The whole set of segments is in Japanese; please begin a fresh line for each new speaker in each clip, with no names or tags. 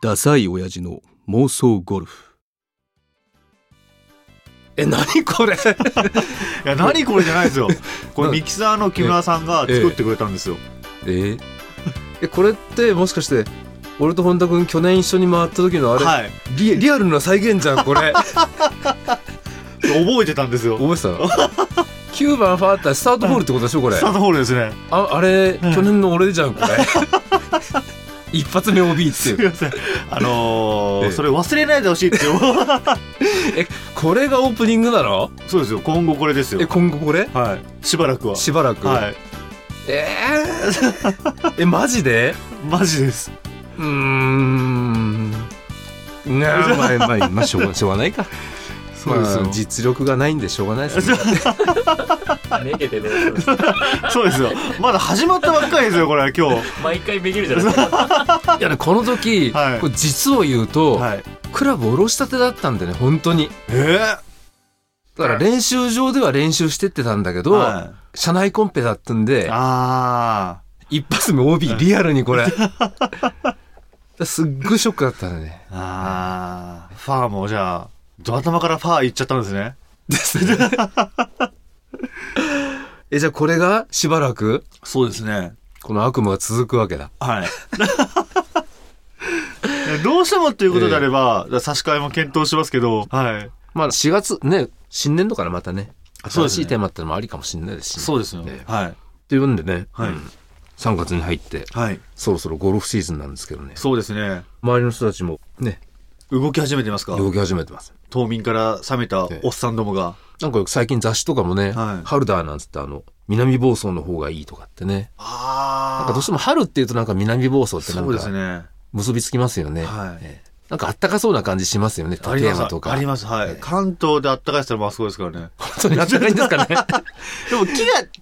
ダサい親父の妄想ゴルフえ何これ
いや何これじゃない ですよこれミキサーの木村さんが作ってくれたんですよ
ええこれってもしかして俺と本田君去年一緒に回った時のあれ、
はい
リリアルな再現じゃんこれ
覚えてたんですよ
覚えてた の9番ファーってスタートボールってことでしょこれ
スタートホールですね
ああれ、
うん
去年の俺じゃんこれ 一発目 OB ってい
す
う
みませんあのー
ええ
それ忘れないでほしいってよ
これがオープニングなの
そうですよ今後これです
え
よ
今後これ
はいしばらくは
しばらく、
はい
えー えマジで
マジです
うー んねえまあまあまあしょうがしょうがないか
そうですよ
まあ実力がないんでしょうがないです ね
めげてね
そうですよまだ始まったばっかりですよこれ今日
毎回めげるじゃないですか
いやねこの時、
はい
これ実を言うと、
はい
クラブ下ろしたてだったんでね本当に
えー
だから練習場では練習してってたんだけど、
は
社内コンペだったんで
い、あ
一発目 OB リアルにこ れすっごいショックだったのね
ーあーファーもじゃあド頭からファー行っちゃったんですね
ですねえじゃあこれがしばらく
そうですね
この悪夢が続くわけだ
はい どうしてもっていうことであれば、差し替えも検討しますけど、はい。
まあ4月ね新年度からまたね
そ
新
うですね
しいテーマってのもありかもしれないですしね、
そうですよね
え。え
はい。
というんでね、
はい
うん3月に入って
はい。
そろそろゴルフシーズンなんですけどね
そうですね。
周りの人たちもね
動き始めてますか
動き始めてます
冬眠から覚めたおっさんどもが。
なんか最近雑誌とかもね、
はい
春だなんつってあの、南房総の方がいいとかってね。なん
あ
かどうしても春っていうとなんか南房総ってな
そ
ん
うです
か
ね。
結びつきますよね。
はい
ええなんかあったかそうな感じしますよね、
あり
立
ます
山とか。
あります。はい。関東であったかい人もあそこですからね。
本当にあったかいんです かね。
でも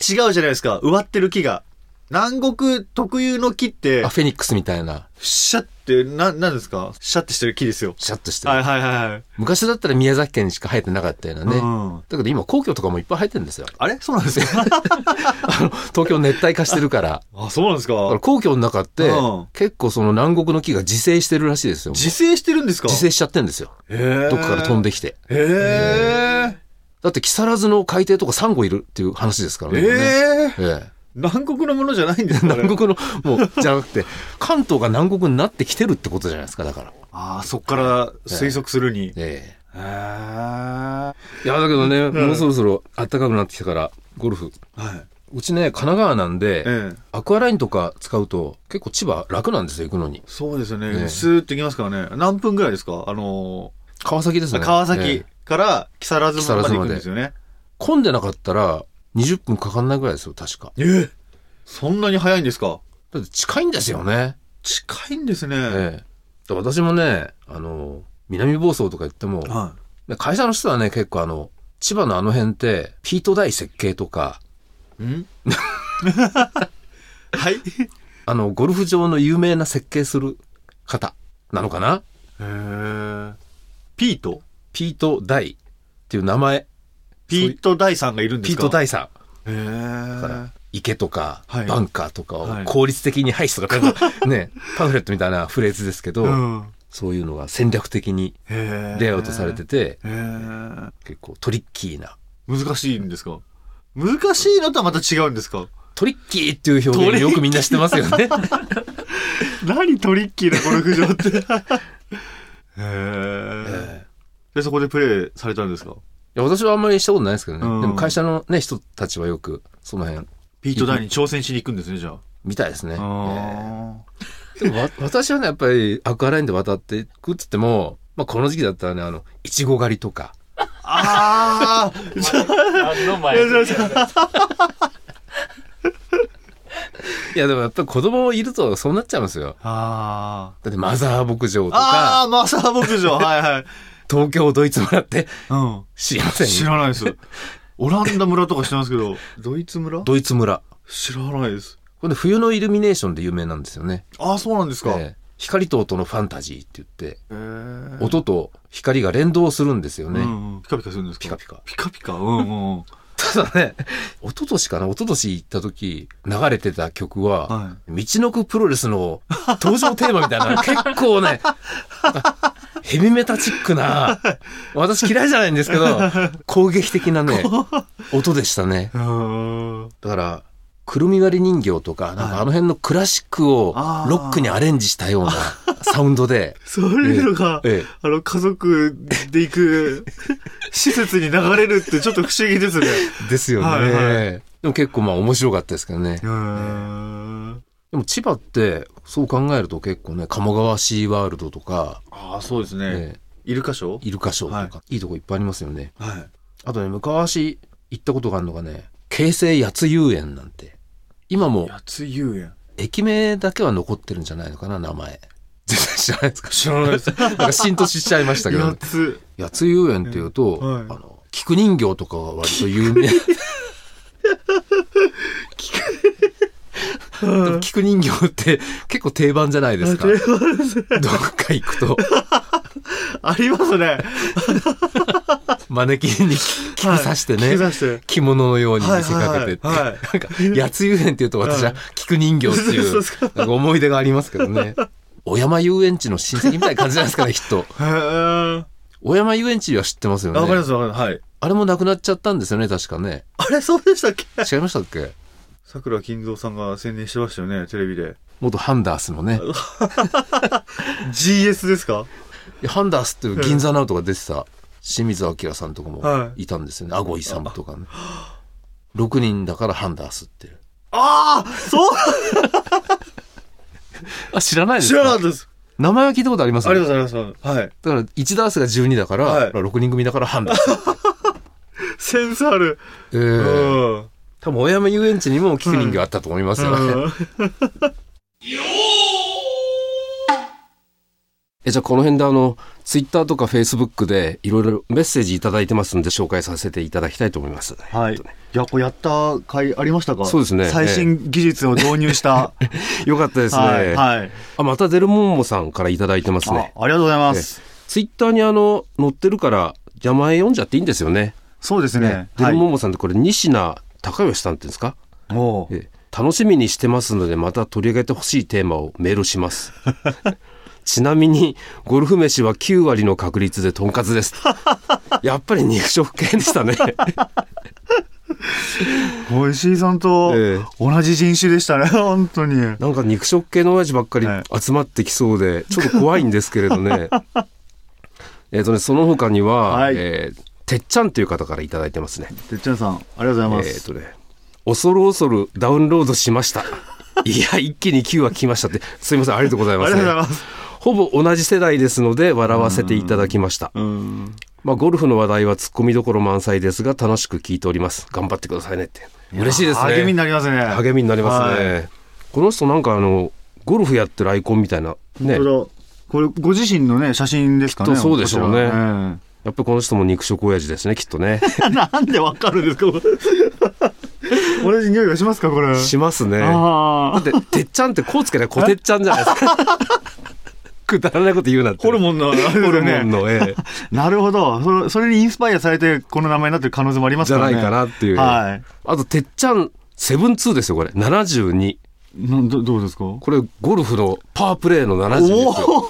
木が違うじゃないですか。植わってる木が。南国特有の木って
あ、、フェニックスみたいな、
シャって、な、なんですかシャってしてる木ですよ。
シャッとしてる、
はいはいはいはい。
昔だったら宮崎県にしか生えてなかったようなね。
うん
だけど今、皇居とかもいっぱい生えてるんですよ。
あれそうなんですか
あの、東京熱帯化してるから。
あ、そうなんです
だか
から
皇居の中って
うん、
結構その南国の木が自生してるらしいですよ。
自生してるんですか
自生しちゃってるんですよ。
ど
どっかから飛んできて。
へえ。
だって木更津の海底とかサンゴいるっていう話ですからね。
ええ。
ええ
南国のものじゃないんですかあれ
南国の、もう、じゃなくて、関東が南国になってきてるってことじゃないですか、だから。
ああ、そっから推測するに。
え
へえ。はい
や、だけどね、もうそろそろ暖かくなってきたから、ゴルフ。
い。
うちね、神奈川なんで、
ええ。
アクアラインとか使うと、結構千葉楽なんですよ、行くのに。
そうですよ
え
ね。
え
スーッと行きますからね。何分ぐらいですかあの
川崎です
ー、
ね。
川
え
崎
え
から木更津まで行くんですよね。
混んでなかったら、20分かかんないぐらいですよ、確か。
ええそんなに早いんですか
だって近いんですよね。
近いんですね。
ええ。だから私もね、あの、南房総とか行っても、
は
で会社の人はね、結構あの、千葉のあの辺って、ピート大設計とか、
い。んはい。へ
あの、ゴルフ場の有名な設計する方なのかな
え。ピート
ピート大っていう名前。
ピート大さんがいるんで
ピー
すか
ト大さん。
へ
だか
え
ら。池とか、
はい
バンカーとかを
はい
効率的に排出と か、なんかね、パンフレットみたいなフレーズですけど、
うん。
そういうのが戦略的に
へえ
レイアウトされてて、
へえ
結構トリッキーな。
難しいんですか難しいのとはまた違うんですか
トリッキーっていう表現よくみんな知ってますよ ね。
何トリッキーなゴルフ場 って。へえ。
ええ
で、そこでプレイされたんですか
いや私はあんまりしたことないですけどね。
うん
でも会社のね、人たちはよく、その辺、
ピートダイに挑戦しに行くんですね、じゃ
みたいですね。え
あ。
えでもわ私はね、やっぱりアクアラインで渡っていくって言っても、まあこの時期だったらね、あの、いちご狩りとか、
ああ
何の前
いやそう
いやでもやっぱり子供いるとそうなっちゃうんですよ。
あ
だってマザー牧場と
あ
か、
ー、マサー牧場、はいはい。
東京ドイツ村って
う
知りませ
ん。
ん
知
よ。
らないです。オランダ村とか知ってますけど、ドイツ村
ドイツ村。
知らないです。
これね冬のイルミネーションで有名なんですよね。
ああ、そうなんですか。へ
ええ光と音のファンタジーって言って、
え。
音と光が連動するんですよね。
うんうんピカピカするんですか
ピカピカ
ピカピカうんうん。
ただね、一昨年かな、一昨年行った時、流れてた曲は、
は
道のくプロレスの登場テーマみたい な、結構ね、ヘビメタチックな、私嫌いじゃないんですけど、攻撃的なね、音でしたね。
い。うん。
だから、くるみ割り人形とか、なんかあの辺のクラシックを
あー
ロックにアレンジしたようなサウンド で、
そういうのが、
ええ、
あの、家族で行 く施設に流れるってちょっと不思議ですね。
ですよね。
はいは
でも結構まあ面白かったですけどね。
うん。
でも千葉って、そう考えると結構ね、鴨川シーワールドとか、
ああ、そうですね。
ええ
イルカショー
イルカショーとか、い、いとこいっぱいありますよね。
はい。
あとね、昔行ったことがあるのがね、京成八つ遊園なんて。今も
八つ遊園。
駅名だけは残ってるんじゃないのかな、名前。全然知らない ですか知らないです。なんか浸透しちゃいましたけど、
八つ。
八つ遊園っていうと、
はい
あの、菊人形とかが割と有名。でも菊人形って結構定番じゃないですか。どっか行くと、
ありますね。
マネキンに菊刺してね、
はい菊刺して。
着物のように見せかけてって。
はいはいはい
なんか、八つ遊園っていうと私は菊人形ってい
そううですか、
なんか思い出がありますけどね。小山遊園地の親戚みたいな感じなんですかね、きっと。
へー
小山遊園地は知ってますよね。
わかりますわかります。はい。
あれもなくなっちゃったんですよね、確かね。
あれ、そうでしたっけ
違いましたっけ
桜金蔵さんが宣伝してましたよね、テレビで。
元ハンダースのね。
GS ですか
いやハンダースっていう銀座ナウとか出てた清水明さんとか
は
も
い
いたんですよね。アゴイさんとかね。6人だからハンダースっていう。
ああそう
あ、知らないです
知らなか
か
ったです。
名前は聞いたことあります
ありがとうございます。はい。
だから1ダースが12だから、
はい
6人組だからハンダース。
センスある。
ええ
うん。
多分、小山遊園地にも聞く人形あったと思いますよね。
うん
えじゃあこの辺であのツイッターとかフェイスブックでいろいろメッセージいただいてますんで紹介させていただきたいと思います。
はい。いや、これやった回ありましたか
そうですね
最新技術を導入した。
よかったですね。
はい。はい。
あまたデルモンモさんからいただいてます
ああり
ね。
がとうございます。
ツイッターにあの載ってるから名前読んじゃっていいんですよね。
そうですね。
デ
は
ル
い。
モンモさんってこれ西名高義さんって言うんですか、
もう。
え楽しみにしてますのでまた取り上げてほしいテーマをメールし ます。ちなみにゴルフ飯は9割の確率でとんかつです。やっぱり肉食系で したね。
もう石井さんと
ええ
同じ人種でしたね。本当に。は
なんか肉食系の親父ばっかり
は
集まってきそうで、ちょっと怖いんですけれど ね。えっとね、その他には、
はい
えーてっちゃんという方からいただいてますね。
てっちゃんさん、ありがとうござい
え
ま
ーっ
す。
とね、恐る恐るダウンロードしました。いや、一気に9は来ましたって、すいません、ありがとうございま
あり
す、
がとうござ
ね。
います。
ほぼ同じ世代ですので、笑わせていただきました。
うん。
まあ、ゴルフの話題は突っ込みどころ満載ですが、楽しく聞いております。頑張ってくださいねって。嬉しいですね。
励みになりますね。
励みになりますね、
は
この人なんかあのゴルフやってるアイコンみたいなねやっ
本当だこれ、ご自身のね、写真ですか
きっ
ね。
とそうでしょうね
こちらえ
ぱりこの人も肉食親父ですねきっと ね
えなんでわかるんですか これ同じ匂いがしますかこれ。
しますねだ
ああ
っ。ててっちゃんってこうつけたらこてっちゃんじゃないです かくだらないこと言うなって
ホルモンの、あれですね
ホルモンの、ええ
なるほどそれ。それにインスパイアされて、この名前になってる可能性もあります
じ
か
ゃ
ら
な
ね。
いかなっていう、
はい。
あとてっちゃんセブンツーですよこれ72
なんどどうですか
これゴルフのパープレーの70ですよ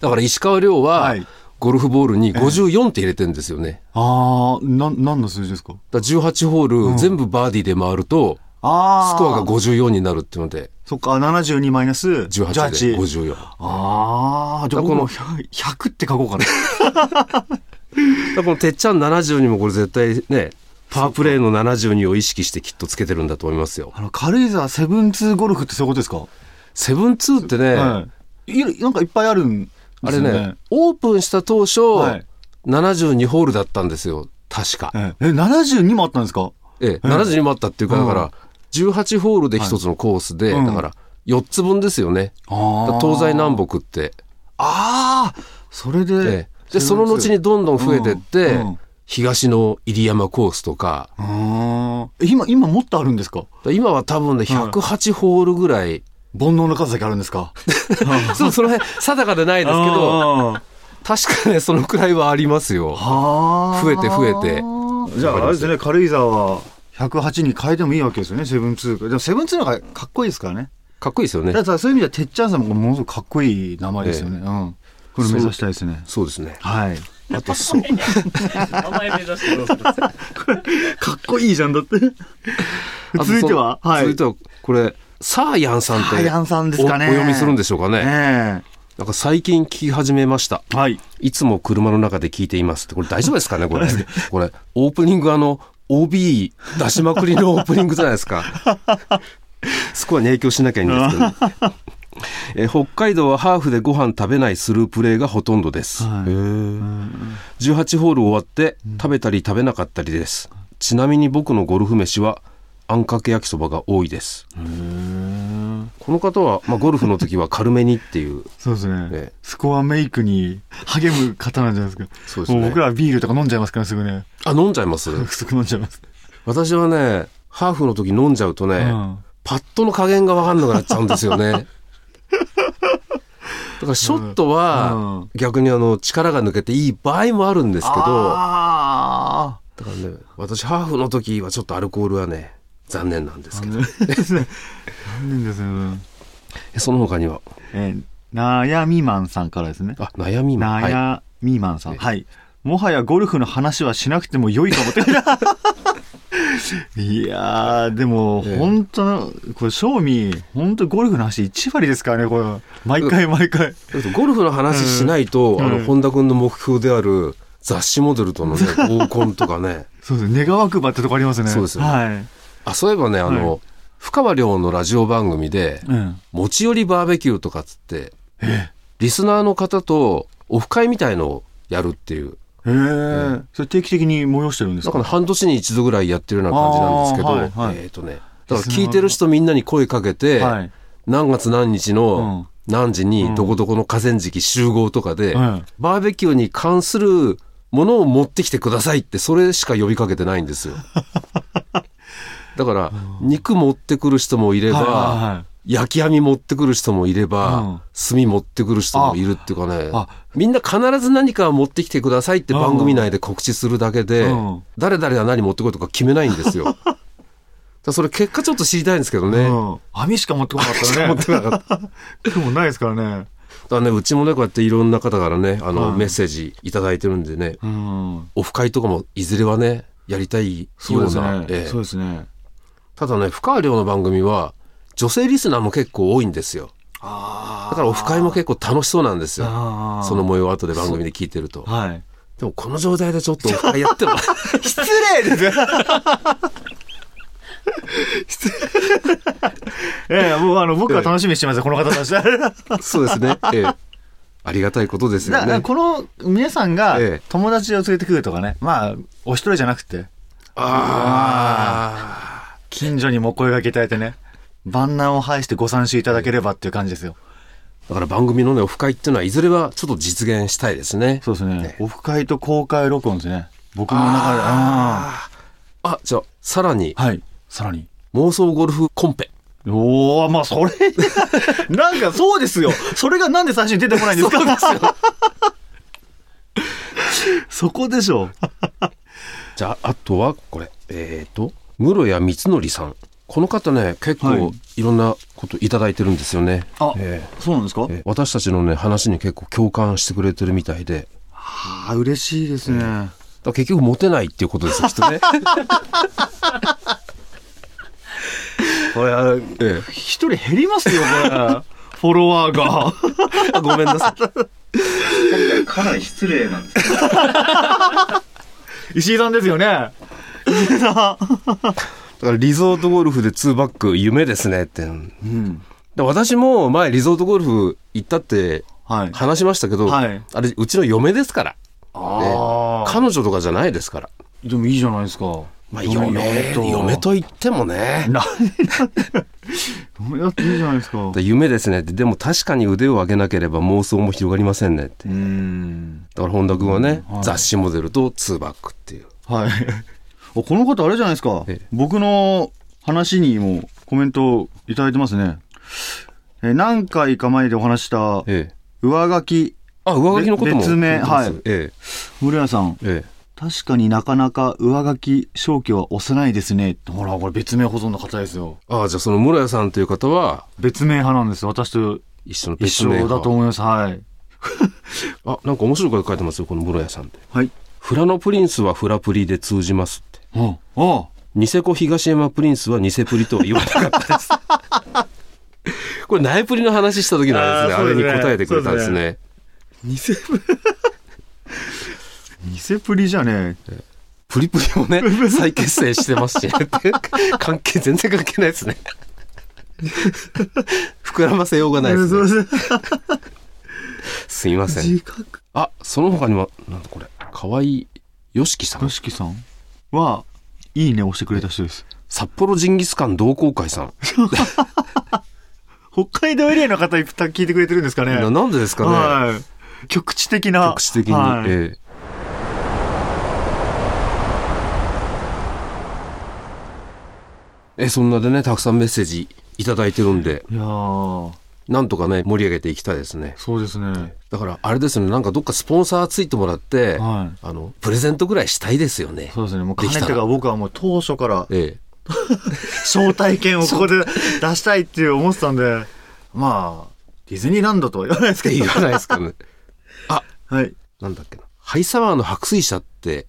だから石川遼は、
はい
ゴルフボールに54って入れてるんですよね、
ああ、なん、何の数字ですか
だから18ホール全部バーディーで回ると、
ああ。
スコアが。54になるっていうので、
そっか、72マイナス
18で
18
54。だか
ああ、じゃあ
だからこ
この
の
100 100って書こうかな。
らこのてっちゃん70にもこれ絶対ね、パープレイの72を意識してきっとつけてるんだと思いますよ。
あの、軽井沢セブンツーゴルフってそういうことですか
セブンツーってね、
はい。いるなんかいっぱいあるんで
あ
す
れ
よね。
ね、オープンした当初、
はい
72ホールだったんですよ。確か。
ええ。え、72もあったんですか
ええ、72もあったっていうか、
うん
だから、18ホールで一つのコースで、
うん
だから、4つ分ですよね。だか
あ
ら
あ。
東西南北って。
ああ、それで。
ええで、その後にどんどん増えてって、
うんうん
東の入山コースとか、
あー今、今もっとあるんですか
だから今は多分ね、108ホールぐら い、
煩悩の数だけあるん ですかあ
そうその辺、定かでないですけど、
あー
確かね、そのくらいはありますよ。
はあ。
増えて増えて
な
じゃあ、あれですね、軽井沢108に変えてもいいわけですよね、セブンツーが。でも、セブンツーの方がかっこいいですからね。
かっこいいですよね
だからそういう意味では、てっちゃんさんもものすごくかっこいい名前ですよね。うん。これ目指したいですね。
そうですね
はい。
あと そう
名前目指してどうする
かっこいいじゃん、だって。
あと
続いては
そ
はい。
続いてはこれサーヤンさんって
サーヤンさんですかね
おお読みするんでしょうかね
ね
なんか最近聞き始めました
えはい。
いつも車の中で聞いていますってこれ大丈夫ですかねこれこれオープニングあの OB 出しまくりのオープニングじゃないですか スコアに影響しなきゃいいんですけどね、え北海道はハーフでご飯食べないスループレーがほとんどです、
はい
へー18ホール終わって食べたり食べなかったりですちなみに僕のゴルフ飯はあんかけ焼きそばが多いですこの方は、まあ、ゴルフの時は軽めにっていう
そうですね。
ええ
スコアメイクに励む方なんじゃないですか。
そうですね
も僕らはビールとか飲んじゃいますから、すぐね。
あ飲んじゃいます
すぐ飲んじゃいます。
私はねハーフの時飲んじゃうとね、
うん
パットの加減が分かんなくなっちゃうんですよね だからショット
うんう
は
ん
逆にあの力が抜けていい場合もあるんですけどだか
あ
らね私ハーフの時はちょっとアルコールはね残念なんですけど
あ。 ですね。残念ですね。
その他には
えー、悩みマンさんからですね。
あ悩みもはい
悩みマンさん。はい。もはやゴルフの話はしなくても良いか もって。いやー、でも、
ええ
本当これ、賞味、本当ゴルフの話1割ですからね、これ。毎回毎回。
だけどゴルフの話しないと、
うん
あ
うん
の本田君の目標である雑誌モデルと のね合コンとかね
そうですね。願わくばってとこありますね。
そうですよね
はい。
あそういえばねあの、深川亮のラジオ番組で、
うん。
持ち寄りバーベキューとかっつって、リスナーの方とオフ会みたいのをやるっていう、
へえ、それ定期的に催してるんです
なんか
か
ね、半年に一度ぐらいやってるような感じなんですけど、
あーはいはい
えっ、とね、だから聞いてる人みんなに声かけて、
はい。
何月何日の何時
うん
にどこどこの河川敷集合とかで、
うん
バーベキューに関するものを持ってきてくださいって、それしか呼びかけてないんですよ。 だから、肉持ってくる人もいれば、
はいはいはい
焼き網持ってくる人もいれば、
うん
炭持ってくる人もいるっていうかね
あ、
みんな必ず何かを持ってきてくださいって番組内で告知するだけで、
うん
誰々が何持ってこいとか決めないんです よ。だからそれ結果ちょっと知りたいんですけどね。だ
うん。網しか持ってこなかったね。持ってなかった。雲 ないですからね。
からね、うちもね、こうやっていろんな方からね、あの、
うん
メッセージいただいてるんでね、
うん。
オフ会とかもいずれはね、やりたいよ
そうで
う
す
な。
ね。
ええ
そうですね。
ただね、深川亮の番組は、女性リスナーも結構多いんですよ。
あ
だからオフ会も結構楽しそうなんですよ。
あー
その模様を後で番組で聞いてると。
あ。はい。
でもこの状態でちょっとオフ会やっても
失礼です失 礼。ええ、もうあの、僕は楽しみにしてますよ、この方たち。だか
そうですね、ええ、ありがたいことですよ
ら
ね
この皆さんが
ええ
友達を連れてくるとかね、まあ、お一人じゃなくて、
あ
近所にもお声がけいただいてね、万難を排してご参集いただければっていう感じですよ。
ーだから番組のねオフ会っていうのはいずれはちょっと実現したいですね
そうですね。オフ会と公開録音ですね。僕の中で、あ
あじゃあさらに
あ。はい。さらに。
妄想ゴルフコンペ
おおまあそれ なんかそうですよそれがなんで最初に出てこないんですか そこでしょ
じゃああとはこれえっ、と室谷光則さんこの方ね結
は
構いろんなこといただいてるんですよね、
あ、
え
そうなんですか
えええ私たちのね話に結構共感してくれてるみたいで
ああ嬉しいですね、
だから結局モテないっていうこと ですよきっとね、
これあ
え
一人減りますよこれ フォロワーが
え、ごめんなさい
かなり失礼なんです
石井さんですよね石井さ
だからリゾートゴルフで2バック夢ですねって。で私も前リゾートゴルフ行ったって
んはい
話しましたけど、
はい
あれうちの嫁ですから、
ああ、
彼女とかじゃないですから。
でもいいじゃないですか
まあ嫁嫁と言ってもね。
嫁だっていいじゃないですか
で夢ですねって、でも確かに腕を上げなければ妄想も広がりませんねって。
うーん
だから本田君はね、
はい
雑誌モデルと2バックっていう。
はい。 おこの方あれじゃないですか
ええ。
僕の話にもコメントいただいてますね。え何回か前でお話しした
ええ。
上書き、
あ、上書きのことも。
別
聞いて
名
ます
はい
え
室谷さん、
え。ええ。
確かになかなか上書き消去は押せないですね。ほら、これ別名保存の方ですよ。
ああ、じゃあその室屋さんという方は
別名派なんです。私と
一緒の
一
別名
緒
派
だと思います。はい。
あ、なんか面白いこと書いてますよ、この室屋さんで。
はい。
フラノプリンスはフラプリで通じますって。
あ、あ、
ニセコ東山プリンスはニセプリとは言わなかったです。 これ、ナイプリの話した時のあれですね。
あー
あ
そう
れ
です
に
ね
答えてくれたんです
そう
ね。
偽プリ。偽プリじゃねえ。
プリプリもね、再結成してますしね。関係、全然関係ない ですね。膨らませようがない ですね。
そうそう
すいません。
自覚。
あ、その他にも、なんだこれ、かわいい、よしきさ
よ
ん。
しきさんは、いいね押してくれた人です。
札幌ジンギスカン同好会さん。
北海道エリアの方いっぱい聞いてくれてるんですかね。
ななんでですかね。
はい。局地的な。
局地的に、
はい
えええそんなでねたくさんメッセージいただいてるんで
いやー
なんとかね盛り上げていきたいですね
そうですね。
だからあれですねなんかどっかスポンサーついてもらって、
はい
あのプレゼントぐらいしたいですよね
そうですね。もう、
で
か
きた
ね
ら
てが僕はもう当初から
え
招待券をここで出したいっていう思ってたんで、まあ、ディズニーランドとは言わないです
え
け
言
ど。
わないですかね
はい。
なんだっけなハイサワーの白水社って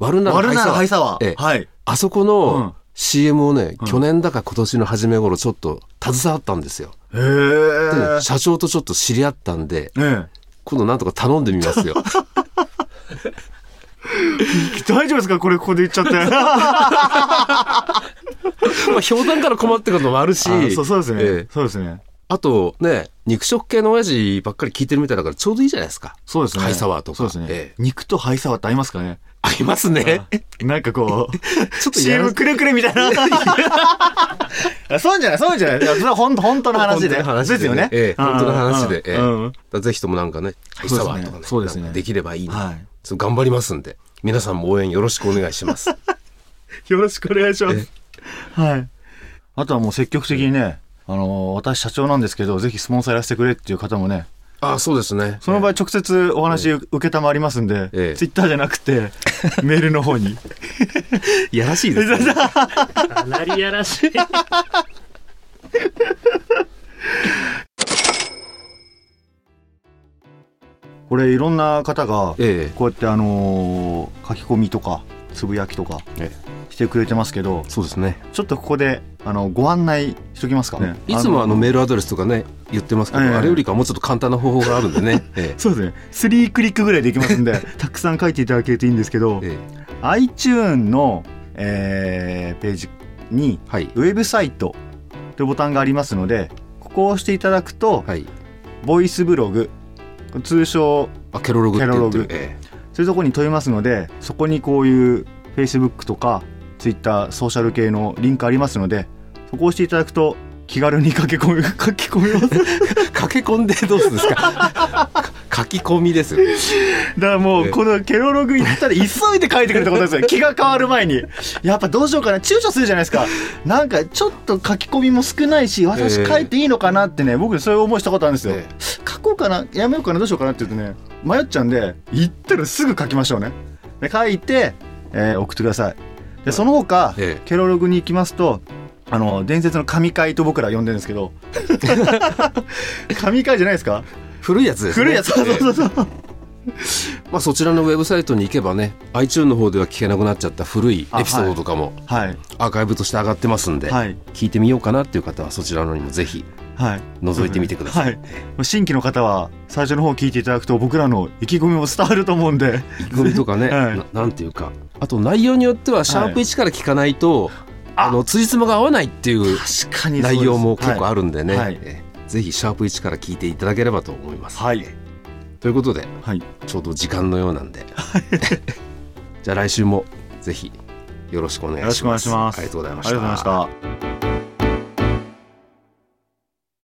悪な
悪ならハイサワ
ええ
ー。はい。
あそこ
うん
の CM をね、
うん
去年だか今年の初め頃ちょっと携わったんですよ
へ
でね
え。
社長とちょっと知り合ったんで、
え
今度なんとか頼んでみます よ。
え。大丈夫ですかこれここで言っ ちゃって。
まあ、氷談から困ってくるのもあるし、
あそうそうですね、
ええ
そうですね。
あとね、肉食系の親父ばっかり聞いてるみたいだからちょうどいいじゃないですか。
そうですね。
ハイサワーとか
そうですね。
ええ
肉とハイサワーって合いますかね
ありますね。
なんかこ う。
ちょっとやら
CM くるくるみたいな。 そうじゃない、そうじゃない。いやそれは本当本当の話
本
で。
当の話で
ですよね。
ええ本当の話でえ
うん
え
う
だ
ん
からぜひともなんかね、ハイサワーとかね、
そうですね
なんかできればいいな。
はい
ちょっと頑張りますんで、皆さんも応援よろしくお願いします。
よろしくお願いします。はい。あとはもう積極的にね、あのー私社長なんですけど、ぜひスポンサーやらせてくれっていう方もね、
あそうですね。
その場合直接お話受けたまわりますんで、
ええ
ツイッターじゃなくて、メールの方に。
いやらしいですね。
かなりやらしい。
これいろんな方が、
え
こうやってあのー書き込みとか、つぶやきとか
ええ
してくれてますけど
え、そうですね。
ちょっとここで、あの、ご案内しときますか。ね
いつもあのメールアドレスとかね、言ってますけど、
ええ
あれよりかはもうちょっと簡単な方法があるんでね。 え
そうですね3クリックぐらいできます んでたくさん書いていただけるといいんですけど
ええ
iTune の、えーページに
えはい。
ウェブサイトというボタンがありますのでここを押していただくと、
はい。
ボイスブログ通称
あ、ケロログって言ってる
ケロログ
え
そういうところに飛びますのでそこにこういう Facebook とか Twitter ソーシャル系のリンクありますのでそこを押していただくと気軽に書き込み 書き込みます
え駆け込んでどうするんですかか 書き込みですよ。
だからもう、このケロログ行ったら急いで書いてくれってことですよ。気が変わる前に。やっぱどうしようかな。躊躇するじゃないですか。なんか、ちょっと書き込みも少ないし、
え
私
え
書いていいのかなってね、僕そういう思いしたことあるんですよ。
え
書こうかな、やめようかな、どうしようかなって言うとね、迷っちゃうんで、行ったらすぐ書きましょうね。で、書いて、えー送ってください。で、その他、
ええ
ケロログに行きますと、あの、伝説の神回と僕ら呼んでるんですけど、神回じゃないですか
古いやつですね。
古いやつ、そうそうそうそう。
まあそちらのウェブサイトに行けばね、iTune の方では聞けなくなっちゃった古いエピソードとかも
はい。
アーカイブとして上がってますんで、
はい。
聞いてみようかなっていう方はそちらのにもぜひ
はい。
覗いてみてください。
はい、新規の方は最初の方聞いていただくと僕らの意気込みも伝わると思うんで
意気込みとかね、
はい
ななんていうか。あと内容によってはシャープ1から聞かないと、あの、辻褄が合わないっていう
確かに
内容も結構ある
る
んでね、
はい
ええぜひシャープ1から聞いていただければと思います。
はい、
ということで、
はい、
ちょうど時間のようなん で。じゃあ来週もぜひよろしくお願いします。
よろしくお願いします
ありがとうございま
あ
し
りがとうございました